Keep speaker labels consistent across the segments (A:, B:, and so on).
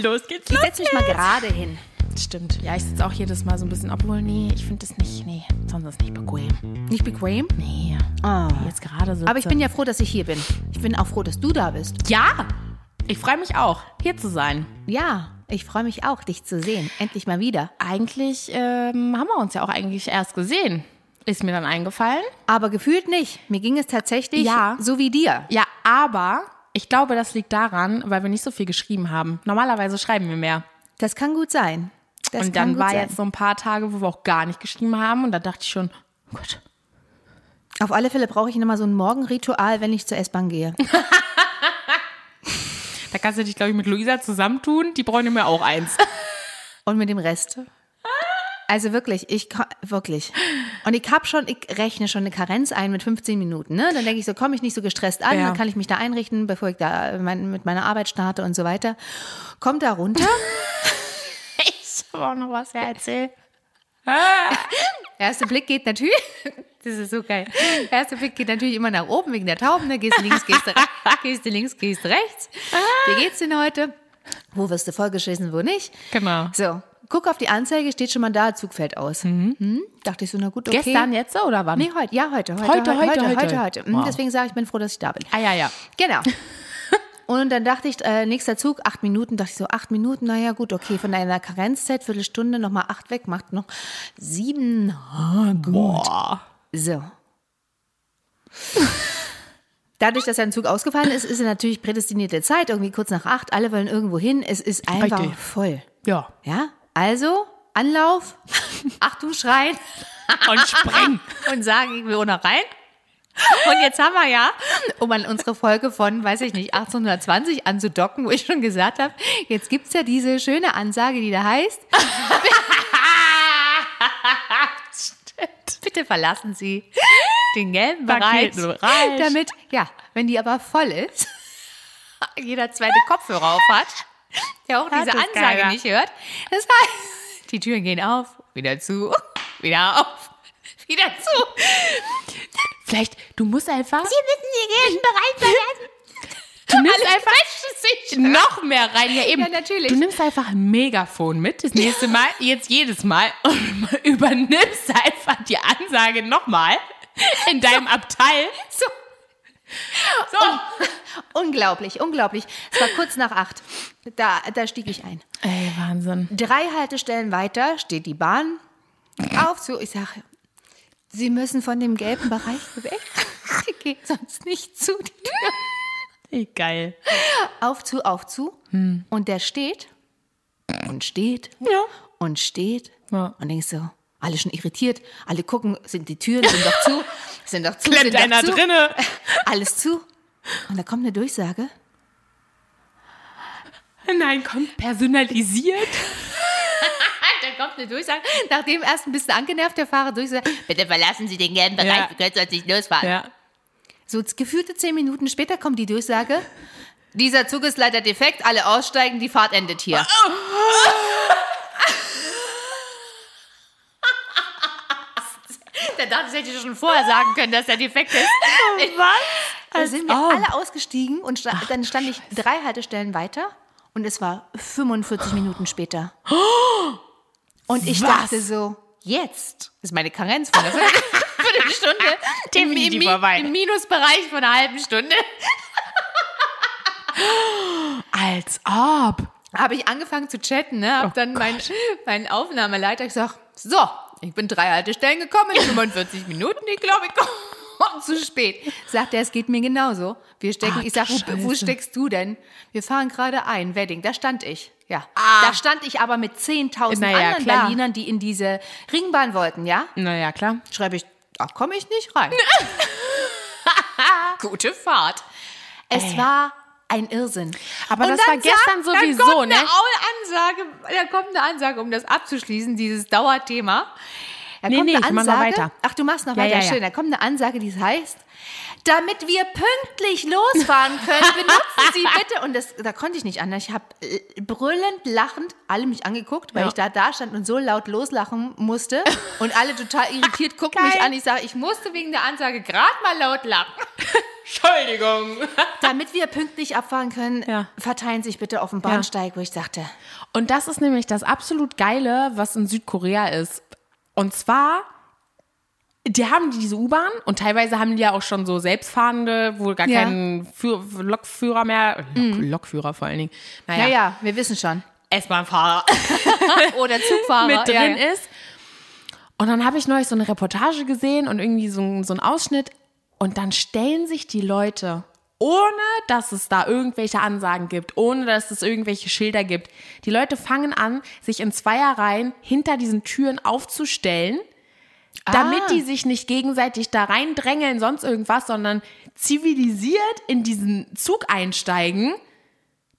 A: Los geht's.
B: Ich
A: Los.
B: setze mich mal gerade hin.
A: Stimmt. Ja, ich sitze auch jedes Mal so ein bisschen, obwohl, nee, ich finde das nicht, nee, sonst ist nicht bequem.
B: Nicht bequem?
A: Nee,
B: Ah.
A: jetzt gerade so.
B: Aber ich bin ja froh, dass ich hier bin. Ich bin auch froh, dass du da bist.
A: Ja, ich freue mich auch, hier zu sein.
B: Ja, ich freue mich auch, dich zu sehen. Endlich mal wieder.
A: Eigentlich ähm, haben wir uns ja auch eigentlich erst gesehen. Ist mir dann eingefallen.
B: Aber gefühlt nicht. Mir ging es tatsächlich
A: Ja.
B: so wie dir.
A: Ja, aber ich glaube, das liegt daran, weil wir nicht so viel geschrieben haben. Normalerweise schreiben wir mehr.
B: Das kann gut sein. Das
A: und
B: kann
A: dann
B: gut
A: war
B: sein.
A: jetzt so ein paar Tage, wo wir auch gar nicht geschrieben haben. Und da dachte ich schon, oh Gott,
B: Auf alle Fälle brauche ich nochmal so ein Morgenritual, wenn ich zur S-Bahn gehe.
A: da kannst du dich, glaube ich, mit Luisa zusammentun. Die bräuchte mir auch eins.
B: Und mit dem Rest. Also wirklich, ich ko- wirklich. Und ich hab schon, ich rechne schon eine Karenz ein mit 15 Minuten. Ne? Dann denke ich so, komme ich nicht so gestresst an,
A: Ja.
B: dann kann ich mich da einrichten, bevor ich da mein, mit meiner Arbeit starte und so weiter. Kommt da runter.
A: Ich habe auch noch was, ja, erzähl.
B: Erster Blick geht natürlich, das ist so geil. Erster Blick geht natürlich immer nach oben wegen der Tauben. Ne? Gehst du links, gehst du, re- gehst du links, gehst du rechts. Wie geht's denn heute? Wo wirst du vollgeschissen, wo nicht?
A: Genau.
B: So, guck auf die Anzeige, steht schon mal da, Zug fällt aus. Hm? Dachte ich so, na gut, okay.
A: Mhm. Gestern jetzt oder wann?
B: Nee, heute, ja, heute. Heute,
A: Heute, heute,
B: heute.
A: heute.
B: heute, heute. Hm,
A: Wow.
B: Deswegen sage ich, ich bin froh, dass ich da bin.
A: Ah ja, ja.
B: Genau. Und dann dachte ich, äh, nächster Zug, acht Minuten, dachte ich so, acht Minuten, naja gut, okay, von einer Karenzzeit, Viertelstunde, nochmal acht weg, macht noch sieben, na gut.
A: Boah.
B: So. Dadurch, dass ja ein Zug ausgefallen ist, ist er natürlich prädestinierte Zeit, irgendwie kurz nach acht, alle wollen irgendwo hin, es ist einfach
A: Richtig.
B: voll.
A: Ja.
B: Ja, also Anlauf, Achtung, schreien
A: Und spreng.
B: und sagen, ich will auch noch rein. Und jetzt haben wir ja, um an unsere Folge von, weiß ich nicht, 1820 anzudocken, wo ich schon gesagt habe, jetzt gibt es ja diese schöne Ansage, die da heißt, bitte verlassen Sie den gelben Bereich,
A: Paketenbereich.
B: damit, ja, wenn die aber voll ist, jeder zweite Kopfhörer auf hat, der auch
A: Hat
B: diese
A: es
B: Ansage
A: keiner.
B: nicht hört. Das heißt, die Türen gehen auf, wieder zu, wieder auf, wieder zu.
A: Vielleicht, du musst einfach,
B: Sie müssen die Gehen bereit verlassen.
A: du nimmst einfach
B: Quetschen sich. ne?
A: noch mehr rein. Ja, eben.
B: Ja, natürlich.
A: Du nimmst einfach ein Megafon mit, das nächste Mal, jetzt jedes Mal, und übernimmst einfach die Ansage nochmal in deinem Abteil.
B: So.
A: So.
B: Unglaublich, unglaublich. Es war kurz nach acht. Da, da stieg ich ein.
A: Ey, Wahnsinn.
B: Drei Haltestellen weiter steht die Bahn. Auf zu. Ich sage, Sie müssen von dem gelben Bereich weg. Die geht sonst nicht zu. Die Tür.
A: Ey, geil.
B: Auf zu, auf zu.
A: Hm.
B: Und der steht und steht
A: Ja.
B: und steht
A: Ja.
B: und denkst so, alle schon irritiert, alle gucken, sind die Türen, sind doch zu, sind doch zu,
A: Bleibt
B: sind doch
A: einer
B: zu,
A: drinne.
B: alles zu. Und da kommt eine Durchsage.
A: Nein, komm, personalisiert.
B: Da kommt eine Durchsage, nachdem erst ein bisschen angenervt der Fahrer durchsagt, bitte verlassen Sie den gelben Bereich,
A: Ja.
B: wir können sonst nicht losfahren.
A: Ja.
B: So gefühlte zehn Minuten später kommt die Durchsage, dieser Zug ist leider defekt, alle aussteigen, die Fahrt endet hier.
A: Oh,
B: Da dachte ich, hätte ich schon vorher sagen können, dass der defekt ist. Äh,
A: Was?
B: Da Also sind wir
A: ob.
B: alle ausgestiegen und sta dann stand ich drei Haltestellen weiter und es war 45 Minuten später. Und ich
A: Oh! Was?
B: dachte so, jetzt ist meine Karenz von der Viertel- Viertelstunde im, im,
A: Definitiv
B: Mi-
A: vorbei.
B: im Minusbereich von einer halben Stunde.
A: Als ob.
B: Habe ich angefangen zu chatten, ne?
A: Oh
B: Hab dann meinen mein Aufnahmeleiter gesagt, so, ich bin drei Haltestellen gekommen in 45 Minuten, ich glaube, ich komme zu spät. Sagt er, es geht mir genauso. Wir stecken,
A: Ach,
B: ich sag, wo, wo
A: Scheiße.
B: steckst du denn? Wir fahren gerade ein, Wedding, da stand ich. Ja,
A: Ah.
B: da stand ich aber mit 10.000
A: Na ja,
B: anderen
A: klar.
B: Berlinern, die in diese Ringbahn wollten, ja?
A: Naja, klar.
B: Schreibe ich, da komme ich nicht rein. Gute Fahrt. Es war ein Irrsinn.
A: Äh. Aber
B: Und
A: das
B: dann
A: war gestern
B: sagt-
A: sowieso,
B: dann kommt
A: ne?
B: Eine Ansage, da kommt eine Ansage, um das abzuschließen, dieses Dauerthema. Da
A: Nee,
B: kommt
A: nee,
B: eine
A: ich mach
B: Ansage.
A: mal weiter.
B: Ach, du machst noch
A: Ja,
B: weiter.
A: ja, ja.
B: Schön. Da kommt eine Ansage, die heißt, damit wir pünktlich losfahren können, benutzen Sie bitte. Und das, da konnte ich nicht anders. Ich habe äh, brüllend, lachend alle mich angeguckt, weil
A: Ja.
B: ich da da stand und so laut loslachen musste. Und alle total irritiert gucken mich
A: Geil.
B: an. Ich sage, ich musste wegen der Ansage gerade mal laut lachen.
A: Entschuldigung.
B: Damit wir pünktlich abfahren können,
A: Ja.
B: verteilen sich bitte auf dem Bahnsteig, wo ich sagte,
A: Und das ist nämlich das absolut Geile, was in Südkorea ist. Und zwar, die haben diese U-Bahn und teilweise haben die ja auch schon so selbstfahrende, wo gar
B: Ja. Mhm.
A: kein Führ Lokführer mehr, Lok Lokführer vor allen Dingen,
B: ja,
A: naja,
B: ja, wir wissen schon.
A: S-Bahn-Fahrer
B: Oder Zugfahrer.
A: mit
B: ja,
A: drin
B: ja.
A: ist. Und dann habe ich neulich so eine Reportage gesehen und irgendwie so, ein- so einen Ausschnitt. Und dann stellen sich die Leute, ohne dass es da irgendwelche Ansagen gibt, ohne dass es irgendwelche Schilder gibt, die Leute fangen an, sich in Zweierreihen hinter diesen Türen aufzustellen, damit die sich nicht gegenseitig da reindrängeln, sonst irgendwas, sondern zivilisiert in diesen Zug einsteigen.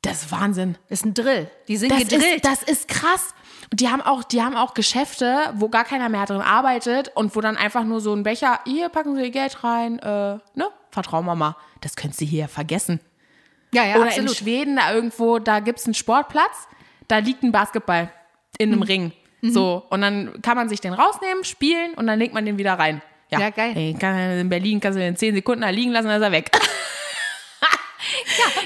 A: Das ist Wahnsinn.
B: Ist ein Drill. Die sind
A: Das
B: gedrillt.
A: ist, das ist krass. Und die haben auch, die haben auch Geschäfte, wo gar keiner mehr drin arbeitet und wo dann einfach nur so ein Becher, hier packen sie ihr Geld rein, äh, ne? Vertrau Mama. Das könntest du hier vergessen.
B: ja, ja,
A: Oder in
B: absolut.
A: Schweden, da irgendwo, da gibt's einen Sportplatz, da liegt ein Basketball in
B: Mhm.
A: einem Ring. So. Und dann kann man sich den rausnehmen, spielen und dann legt man den wieder rein.
B: Ja, geil.
A: Ey, kann, in Berlin kannst du den in 10 Sekunden da liegen lassen, dann ist er weg.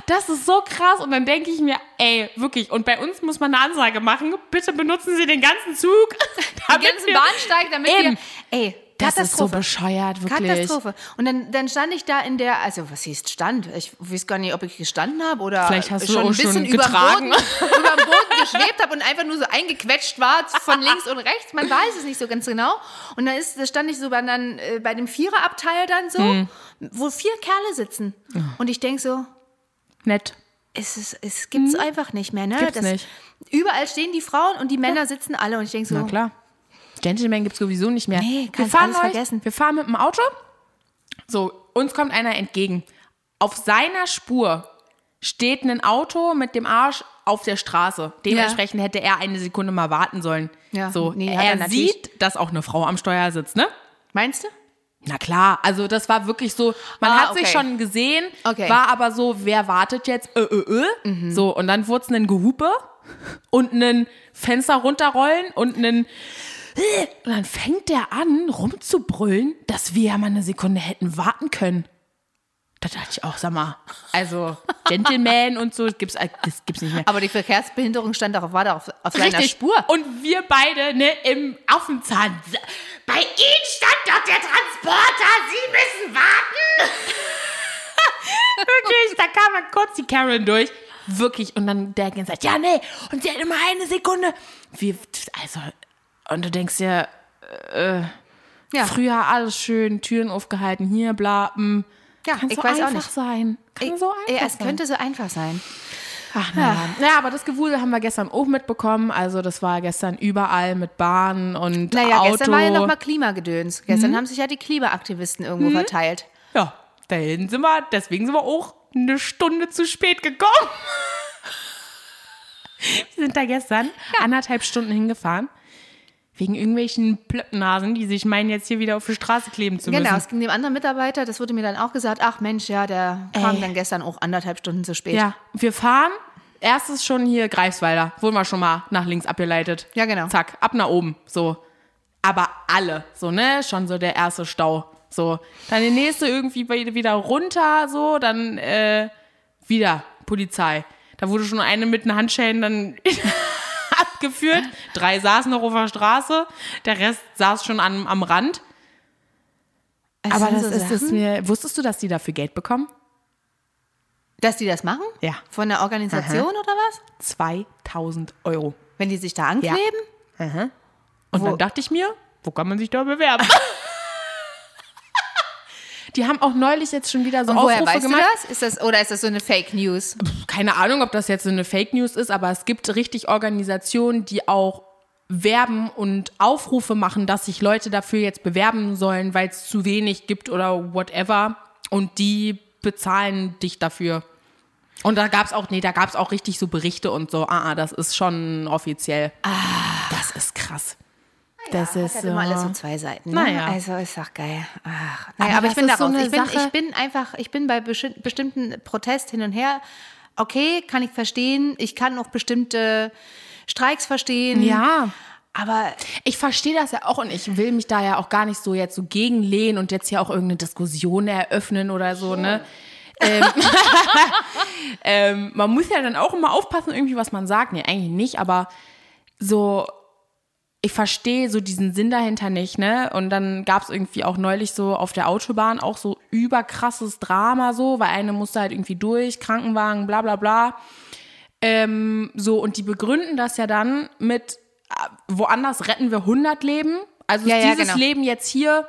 A: Das ist so krass. Und dann denke ich mir, ey, wirklich. Und bei uns muss man eine Ansage machen. Bitte benutzen Sie den ganzen Zug.
B: Den
A: damit
B: ganzen
A: wir-
B: Bahnsteig, damit
A: Eben.
B: wir. Ey,
A: Das ist so
B: Katastrophe.
A: bescheuert, wirklich.
B: Katastrophe. Und dann, dann stand ich da in der, also was hieß Stand? Ich weiß gar nicht, ob ich gestanden habe oder
A: Vielleicht hast du
B: schon
A: auch
B: ein bisschen
A: schon
B: über
A: getragen.
B: Boden, über den Boden geschwebt habe und einfach nur so eingequetscht war von links und rechts. Man weiß es nicht so ganz genau. Und da ist, da stand ich so bei, dann, äh, bei dem Viererabteil dann so,
A: Mhm.
B: wo vier Kerle sitzen.
A: Oh.
B: Und ich denke so,
A: Nett.
B: es, ist, es gibt es einfach nicht mehr. Ne?
A: Mhm. Gibt's nicht.
B: Überall stehen die Frauen und die Männer sitzen alle. Und ich denke so,
A: Na klar. Gentleman gibt's sowieso nicht mehr.
B: Nee,
A: wir
B: kannst
A: fahren
B: alles
A: euch,
B: vergessen.
A: Wir fahren mit dem Auto. So, uns kommt einer entgegen. Auf seiner Spur steht ein Auto mit dem Arsch auf der Straße. Dementsprechend hätte er eine Sekunde mal warten sollen.
B: Ja,
A: so,
B: nee, hat er
A: er,
B: natürlich.
A: sieht, dass auch eine Frau am Steuer sitzt, ne?
B: meinst du?
A: Na klar, also das war wirklich so, man
B: Ah,
A: hat sich
B: okay.
A: schon gesehen,
B: Okay. Mhm.
A: war aber so, wer wartet jetzt? Ö, ö, ö. So, und dann wurde es ein Gehupe und ein Fenster runterrollen und ein... Und dann fängt der an, rumzubrüllen, dass wir ja mal eine Sekunde hätten warten können. Da dachte ich auch, sag mal, also Gentleman und so, das gibt's, äh, das gibt's nicht mehr.
B: Aber die Verkehrsbehinderung stand darauf, war darauf auf seiner Spur.
A: Und wir beide, ne, im Affenzahn. Bei Ihnen stand doch der Transporter, Sie müssen warten. Wirklich, da kam dann kurz die Karen durch. Wirklich, und dann der Gen sagt, ja, nee, und sie hat immer eine Sekunde. Wir, also, und du denkst dir,
B: Ja.
A: früher alles schön, Türen aufgehalten, hier, bla, mm.
B: Ja,
A: Kann
B: ich
A: so
B: weiß auch
A: einfach
B: nicht.
A: sein. Kann so einfach
B: Ey, es
A: sein.
B: könnte so einfach sein.
A: Ach, naja. Ja, aber das Gewusel haben wir gestern auch mitbekommen. Also das war gestern überall mit Bahnen und
B: Naja,
A: Auto.
B: gestern war ja nochmal Klimagedöns. Gestern haben sich ja die Klimaaktivisten irgendwo verteilt.
A: Ja, dahin sind wir, deswegen sind wir auch eine Stunde zu spät gekommen. wir sind da gestern anderthalb Stunden hingefahren. Wegen irgendwelchen Plöppnasen, die sich meinen, jetzt hier wieder auf die Straße kleben zu
B: Genau,
A: müssen.
B: es ging dem anderen Mitarbeiter, das wurde mir dann auch gesagt, ach Mensch, ja, der kam
A: Ey.
B: dann gestern auch anderthalb Stunden zu spät.
A: Ja, wir fahren. Erstes schon hier Greifswalder. Wurden wir schon mal nach links abgeleitet.
B: Ja, genau.
A: Zack, ab nach oben. So. Aber alle. So, ne? Schon so der erste Stau. So. Dann der nächste irgendwie bei- wieder runter. So. Dann äh, wieder Polizei. Da wurde schon eine mit den Handschellen dann abgeführt. Drei saßen noch auf der Straße. Der Rest saß schon an, am Rand.
B: Es
A: Aber
B: sind
A: das
B: so
A: ist es
B: Sachen,
A: mir. Wusstest du, dass die dafür Geld bekommen?
B: dass die das machen?
A: Ja.
B: Von der Organisation oder was?
A: 2000 Euro.
B: Wenn die sich da ankleben?
A: Und
B: Wo-
A: dann dachte ich mir, wo kann man sich da bewerben? Die haben auch neulich jetzt schon wieder so
B: Und
A: Aufrufe
B: woher weißt
A: gemacht.
B: du das? Ist das? Oder ist das so eine Fake News?
A: Keine Ahnung, ob das jetzt so eine Fake News ist, aber es gibt richtig Organisationen, die auch werben und Aufrufe machen, dass sich Leute dafür jetzt bewerben sollen, weil es zu wenig gibt oder whatever. Und die bezahlen dich dafür. Und da gab es auch, nee, da gab es auch richtig so Berichte und so, ah, ah, das ist schon offiziell. Das ist krass. Ah. Das ist
B: hat immer
A: äh,
B: alles so zwei Seiten. Ne?
A: Naja.
B: Also ist doch geil. Ach, naja, aber,
A: das
B: ich bin
A: ist so
B: daraus.
A: eine
B: ich, bin,
A: Sache-
B: ich bin einfach, ich bin bei beschi- bestimmten Protest hin und her. Hm. Okay, kann ich verstehen. Ich kann auch bestimmte Streiks verstehen.
A: Ja,
B: Aber
A: Ich verstehe das ja auch und ich will mich da ja auch gar nicht so jetzt so gegenlehnen und jetzt hier auch irgendeine Diskussion eröffnen oder so, ne? Ähm, ähm, man muss ja dann auch immer aufpassen, irgendwie, was man sagt. Nee, eigentlich nicht, aber so, ich verstehe so diesen Sinn dahinter nicht, ne? Und dann gab es irgendwie auch neulich so auf der Autobahn auch so überkrasses Drama, so, weil eine musste halt irgendwie durch, Krankenwagen, bla bla bla. Ähm, so, und die begründen das ja dann mit, äh, woanders retten wir 100 Leben. Also
B: Ja,
A: ist
B: ja,
A: dieses
B: genau.
A: Leben jetzt hier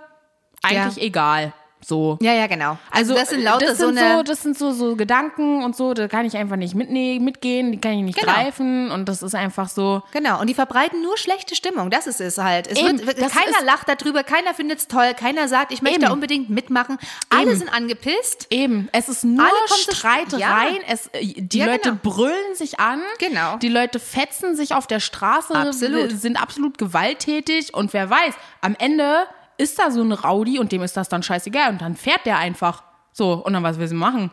A: eigentlich egal. So.
B: ja, ja, genau. Also, das sind
A: äh,
B: lauter
A: das
B: so
A: sind
B: eine.
A: so, das sind so, so Gedanken und so, da kann ich einfach nicht mitne mitgehen, die kann ich nicht
B: Genau.
A: greifen und das ist einfach so.
B: Genau, und die verbreiten nur schlechte Stimmung, das ist es halt. Es
A: Eben,
B: wird,
A: das
B: keiner
A: ist-
B: lacht darüber, keiner findet es toll, keiner sagt, ich möchte
A: Eben.
B: da unbedingt mitmachen. Alle
A: Eben.
B: sind angepisst.
A: Eben, es ist nur
B: Alle kommen zu-
A: Streitereien,
B: Ja.
A: es, äh, die
B: Ja,
A: Leute
B: genau.
A: brüllen sich an,
B: Genau.
A: die Leute fetzen sich auf der Straße,
B: Absolut.
A: sind absolut gewalttätig und wer weiß, am Ende ist da so ein Rowdy und dem ist das dann scheißegal und dann fährt der einfach so und dann was will sie machen?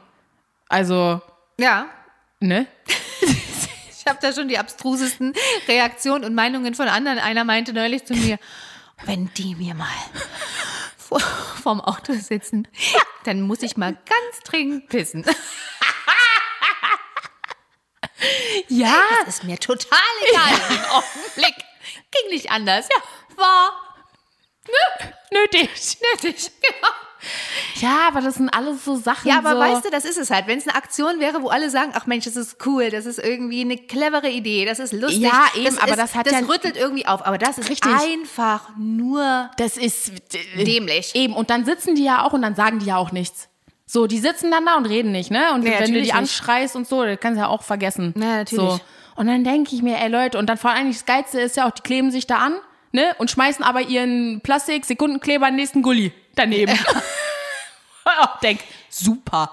A: Also,
B: Ja,
A: ne?
B: ich habe da schon die abstrusesten Reaktionen und Meinungen von anderen. Einer meinte neulich zu mir, wenn die mir mal vor, vorm Auto sitzen, dann muss ich mal ganz dringend pissen.
A: Ja,
B: Das ist mir total egal im Augenblick. Ging nicht anders. War
A: nötig.
B: nötig.
A: Ja, aber das sind alles so Sachen.
B: Ja, aber
A: so.
B: weißt du, das ist es halt. Wenn es eine Aktion wäre, wo alle sagen, ach Mensch, das ist cool, das ist irgendwie eine clevere Idee, das ist lustig.
A: Ja, eben,
B: das
A: aber
B: ist,
A: das hat
B: das
A: ja-
B: rüttelt irgendwie auf. Aber das ist
A: Richtig.
B: einfach nur
A: Das ist äh,
B: dämlich.
A: Eben, und dann sitzen die ja auch und dann sagen die ja auch nichts. So, die sitzen dann da und reden nicht, ne? Und
B: Nee,
A: wenn du die
B: natürlich nicht.
A: anschreist und so, das kannst du ja auch vergessen.
B: Na, natürlich.
A: So. Und dann denke ich mir, ey Leute, und dann vor allem das Geilste ist ja auch, die kleben sich da an, ne? Und schmeißen aber ihren Plastik-Sekundenkleber in den nächsten Gully daneben. ich denk, super.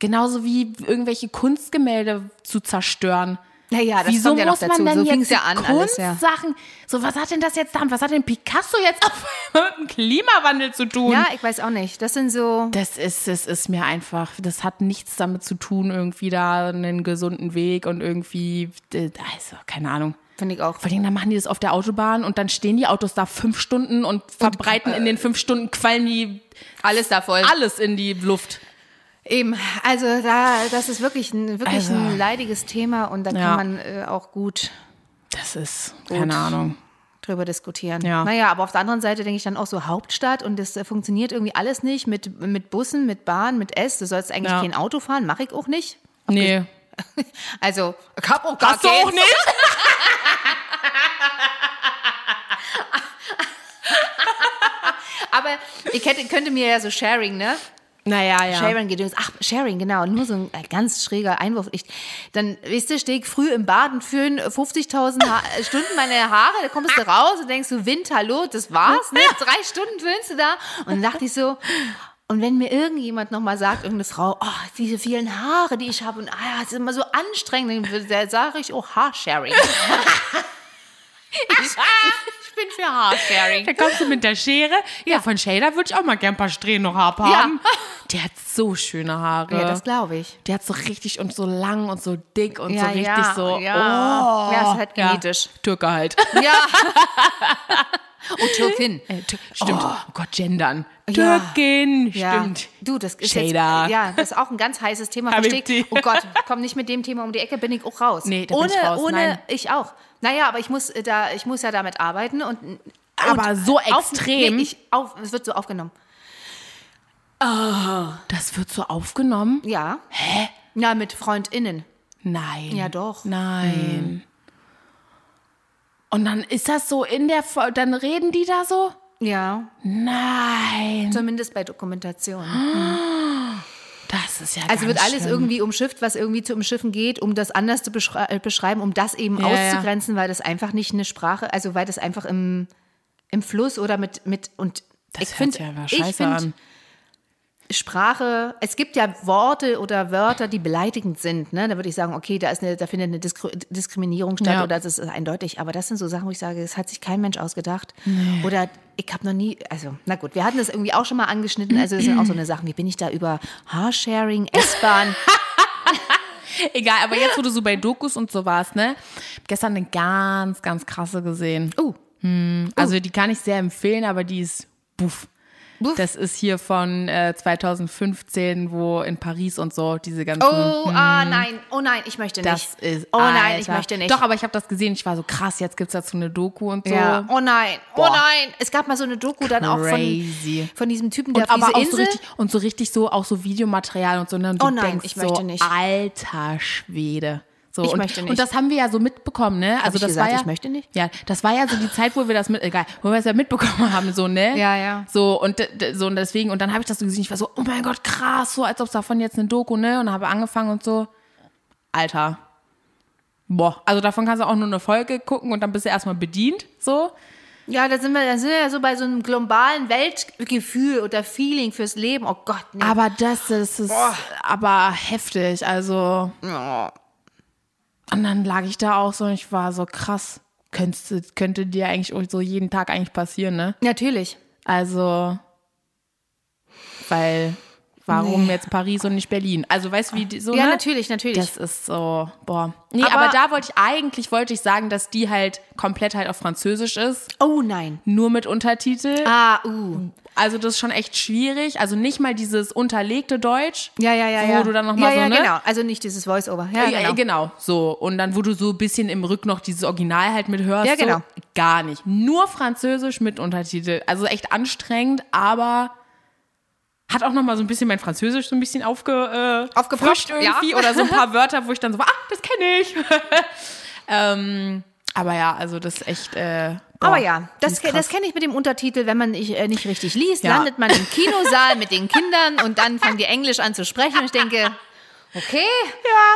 A: Genauso wie irgendwelche Kunstgemälde zu zerstören.
B: Naja, das
A: Wieso
B: kommt ja
A: muss
B: noch
A: man
B: dazu.
A: denn
B: So
A: jetzt
B: fing's ja
A: die
B: an alles, ja.
A: Kunstsachen, so was hat denn das jetzt damit, was hat denn Picasso jetzt auf einmal mit dem Klimawandel zu tun?
B: Ja, ich weiß auch nicht. Das sind so.
A: Das ist, das ist mir einfach, das hat nichts damit zu tun, irgendwie da einen gesunden Weg und irgendwie, äh, also, keine Ahnung.
B: Finde ich auch.
A: Vor allem, dann machen die das auf der Autobahn und dann stehen die Autos da fünf Stunden und äh, verbreiten in den fünf Stunden, quallen die
B: Alles da voll.
A: alles in die Luft.
B: Eben. Also da, das ist wirklich ein, wirklich
A: Also.
B: ein leidiges Thema und da
A: Ja.
B: kann man äh, auch gut
A: Das ist, keine Ahnung.
B: drüber diskutieren.
A: Ja.
B: Naja, aber auf der anderen Seite denke ich dann auch so Hauptstadt und das äh, funktioniert irgendwie alles nicht mit, mit Bussen, mit Bahn, mit S. Du sollst eigentlich
A: Ja.
B: kein Auto fahren, mache ich auch nicht.
A: Nee.
B: Also, ich hab auch gar keins.
A: nicht?
B: Aber ich hätte, könnte mir ja so Sharing, ne?
A: Naja, ja.
B: Sharing gedöns. Ach, Sharing, genau. Nur so ein ganz schräger Einwurf. Ich, dann, weißt du, stehe ich früh im Baden, föhn 50.000 ha äh, Stunden meine Haare, da kommst du raus und denkst du, Wind, hallo, das war's, ne? Drei Stunden föhnst du da. Und dann dachte ich so, und wenn mir irgendjemand nochmal sagt, irgendeine Frau, oh, diese vielen Haare, die ich habe und ah, das ist immer so anstrengend, dann wür- dann sage ich, oh, Haarsharing. ich, ich bin für Haarsharing.
A: Da kommst du mit der Schere. Ja, von Shader würde ich auch mal gern ein paar Strähnen noch haben.
B: Ja.
A: Der hat so schöne Haare.
B: Ja, das glaube ich.
A: Der hat so richtig und so lang und so dick und
B: Ja,
A: so richtig
B: ja,
A: so.
B: ja.
A: Oh.
B: Ja, ist halt genetisch.
A: Ja, Türke halt.
B: Ja. Oh, Türkin.
A: Stimmt. Oh, Gott, gendern.
B: Ja.
A: Türkin.
B: Ja.
A: Stimmt.
B: Du, das ist
A: Shader.
B: jetzt, ja, das ist auch ein ganz heißes Thema.
A: Hab ich
B: Versteck.
A: die.
B: Oh Gott, komm nicht mit dem Thema um die Ecke, bin ich auch raus.
A: Nee, da bin
B: ohne,
A: ich raus,
B: ohne,
A: nein.
B: ich auch. Naja, aber ich muss äh, da, ich muss ja damit arbeiten und. und
A: Aber so extrem.
B: Auf, nee, ich, auf, es wird so aufgenommen.
A: Das wird so aufgenommen?
B: Ja. Hä? Na, mit FreundInnen.
A: Nein.
B: Ja, doch.
A: Nein. Und dann ist das so in der, Fol- dann reden die da so?
B: Ja.
A: Nein.
B: Zumindest bei Dokumentationen.
A: Das ist ja
B: Also wird
A: ganz
B: alles
A: schlimm.
B: irgendwie umschifft, was irgendwie zu umschiffen geht, um das anders zu beschrei- äh, beschreiben, um das eben
A: Ja, ja.
B: auszugrenzen, weil das einfach nicht eine Sprache, also weil das einfach im, im Fluss oder mit, mit und
A: Das
B: ich
A: hört
B: finde,
A: sich einfach
B: ich
A: scheiße
B: finde,
A: an.
B: Sprache, es gibt ja Worte oder Wörter, die beleidigend sind. Ne? Da würde ich sagen, okay, da, ist eine, da findet eine Diskri Diskriminierung statt
A: Ja.
B: oder das ist eindeutig. Aber das sind so Sachen, wo ich sage, das hat sich kein Mensch ausgedacht. Oder ich habe noch nie, also na gut, wir hatten das irgendwie auch schon mal angeschnitten. Also das sind auch so eine Sachen, wie bin ich da über Haarsharing, S-Bahn?
A: Egal, aber jetzt, wo du so bei Dokus und so warst, ne? gestern eine ganz, ganz krasse gesehen.
B: Oh.
A: Also die kann ich sehr empfehlen, aber die ist buff.
B: Buff.
A: Das ist hier von äh, 2015, wo in Paris und so diese ganzen.
B: Oh, ah, nein. Oh nein, ich möchte nicht.
A: das ist.
B: oh nein, ich
A: Alter.
B: möchte nicht.
A: Doch, aber ich habe das gesehen. Ich war so krass. Jetzt gibt's dazu eine Doku und so.
B: Ja. Oh nein,
A: Boah.
B: oh nein. Es gab mal so eine Doku dann auch
A: Crazy.
B: von, von diesem Typen, der
A: und
B: auf
A: aber
B: diese
A: auch so
B: Insel.
A: richtig und so richtig so auch so Videomaterial und so ne? und du
B: Oh nein,
A: denkst
B: ich möchte
A: so,
B: nicht.
A: alter Schwede so,
B: Ich
A: und,
B: möchte nicht.
A: und das haben wir ja so mitbekommen, ne? Also
B: ich
A: das
B: gesagt,
A: war ja,
B: ich möchte nicht?
A: Ja, das war ja so die Zeit, wo wir das mit, egal, wo wir es ja mitbekommen haben, so, ne?
B: Ja, ja.
A: So und d- d- so und deswegen und dann habe ich das so gesehen, ich war so, oh mein Gott, krass, so als ob es davon jetzt eine Doku, ne? Und habe angefangen und so, Alter, boah, also davon kannst du auch nur eine Folge gucken und dann bist du erstmal bedient, so.
B: ja, da sind wir, da sind wir ja so bei so einem globalen Weltgefühl oder Feeling fürs Leben. Oh Gott, nee.
A: Aber das ist, ist aber heftig, also.
B: Oh.
A: Und dann lag ich da auch so und ich war so krass. Könnte, könnte dir eigentlich auch so jeden Tag eigentlich passieren, ne?
B: Natürlich.
A: Also, weil, warum jetzt Paris und nicht Berlin? Also, weißt du, wie die- so,
B: Ja,
A: ne?
B: natürlich, natürlich.
A: Das ist so, boah. Nee, aber,
B: Aber-
A: da wollte ich, eigentlich wollte ich sagen, dass die halt komplett halt auf Französisch ist,
B: oh nein.
A: nur mit Untertitel.
B: Ah, uh.
A: Also, das ist schon echt schwierig. Also, nicht mal dieses unterlegte Deutsch.
B: Ja, ja, ja.
A: Wo
B: ja.
A: du dann noch mal
B: ja,
A: so,
B: ja,
A: ne?
B: genau. Also nicht dieses Voice-Over. Ja,
A: Ja,
B: genau.
A: genau, so. Und dann, wo du so ein bisschen im Rück noch dieses Original halt mit hörst.
B: Ja, genau.
A: So, gar nicht. Nur Französisch mit Untertitel. Also echt anstrengend, aber hat auch nochmal so ein bisschen mein Französisch so ein bisschen aufge, äh, frischt
B: Aufgefrischt,
A: irgendwie.
B: ja.
A: Oder so ein paar Wörter, wo ich dann so, war, ah, das kenne ich. ähm, aber ja, also das ist echt. Äh, boah,
B: Aber ja,
A: die
B: das,
A: ist
B: ke- das
A: krass.
B: kenne ich mit dem Untertitel, wenn man nicht, äh, nicht richtig liest,
A: Ja.
B: landet man im Kinosaal mit den Kindern und dann fangen die Englisch an zu sprechen und ich denke, okay,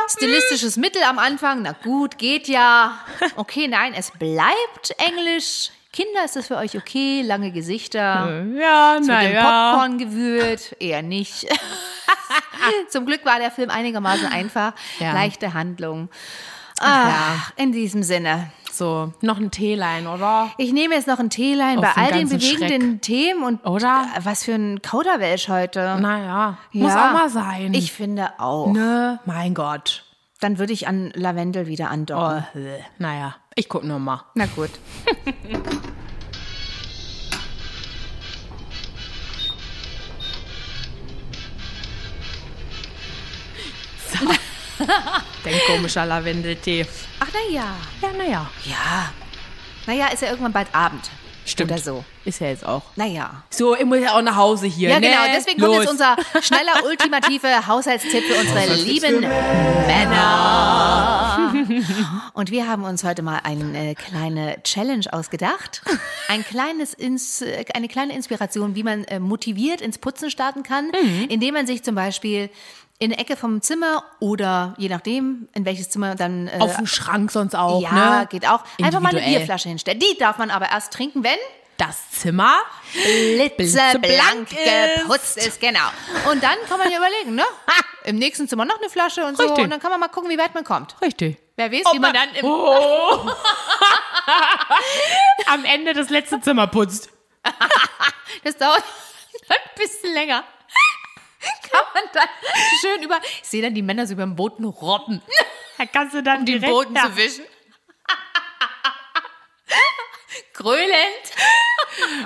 B: stilistisches Mittel am Anfang, na gut, geht ja. Okay, nein, es bleibt Englisch. Kinder, ist das für euch okay? Lange Gesichter,
A: Ja,
B: mit dem
A: Hm. naja.
B: Popcorn gewühlt, eher nicht. Zum Glück war der Film einigermaßen einfach,
A: Ja.
B: leichte Handlung.
A: ja.
B: Ach, in diesem Sinne.
A: So, noch ein Teelein, oder?
B: Ich nehme jetzt noch ein Teelein bei
A: den
B: all den
A: ganzen
B: bewegenden Themen und äh,
A: Oder?
B: was für ein Kauderwelsch heute.
A: Naja,
B: Ja.
A: muss auch mal sein.
B: Ich finde auch.
A: ne, mein Gott.
B: Dann würde ich an Lavendel wieder andocken.
A: Oh, äh, naja, ich guck nur mal.
B: Na gut.
A: Dein komischer Lavendeltee.
B: Ach na ja.
A: Ja, naja.
B: Ja. Naja, ist ja irgendwann bald Abend.
A: Stimmt.
B: Oder so.
A: Ist ja jetzt auch.
B: Naja.
A: So, ich muss ja auch nach Hause hier.
B: Ja,
A: ne?
B: genau. Deswegen
A: Los.
B: kommt jetzt unser schneller, ultimative Haushaltstipp für unsere lieben Männer. Und wir haben uns heute mal eine äh, kleine Challenge ausgedacht. Ein kleines Ins äh, eine kleine Inspiration, wie man äh, motiviert ins Putzen starten kann,
A: Mhm.
B: indem man sich zum Beispiel in eine Ecke vom Zimmer oder je nachdem, in welches Zimmer dann. Äh,
A: Auf den Schrank sonst auch.
B: ja,
A: ne?
B: geht auch. Einfach mal eine
A: Individuell.
B: Bierflasche hinstellen. Die darf man aber erst trinken, wenn
A: Das Zimmer.
B: blitzeblank
A: Blitzeblank ist.
B: geputzt ist, genau. Und dann kann man ja überlegen, ne? Im nächsten Zimmer noch eine Flasche und so.
A: Richtig.
B: Und dann kann man mal gucken, wie weit man kommt.
A: Richtig.
B: Wer weiß,
A: Ob
B: wie man
A: man-
B: dann im.
A: Oh. Am Ende das letzte Zimmer putzt.
B: Das dauert ein bisschen länger. Kann man dann schön über. Ich sehe dann die Männer so über den Boden robben,
A: Da kannst du dann
B: Um den
A: direkt
B: Boden
A: nach-
B: zu wischen. Grölend.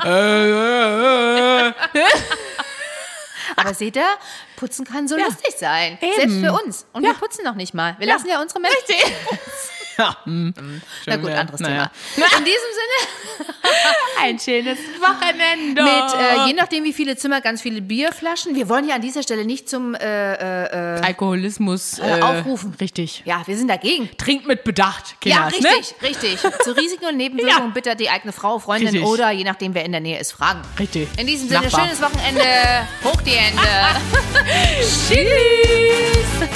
A: Äh,
B: Aber seht ihr, putzen kann so lustig sein. Selbst für uns. Und wir putzen noch nicht mal. Wir lassen ja unsere Männer.
A: Ja, hm.
B: Na gut,
A: Schön,
B: anderes
A: naja.
B: Thema. In diesem Sinne,
A: Ein schönes Wochenende.
B: mit, äh, je nachdem wie viele Zimmer, ganz viele Bierflaschen. Wir wollen ja an dieser Stelle nicht zum, äh,
A: Alkoholismus
B: Äh,
A: äh,
B: aufrufen.
A: Richtig.
B: ja, wir sind dagegen.
A: Trinkt mit Bedacht, Kinder.
B: Ja,
A: Ne?
B: richtig, richtig. Zu Risiken und Nebenwirkungen
A: Ja.
B: bitte die eigene Frau, Freundin
A: Richtig.
B: oder je nachdem, wer in der Nähe ist, fragen.
A: Richtig.
B: In diesem Sinne,
A: Nachbar.
B: schönes Wochenende. Hoch die Hände.
A: Tschüss.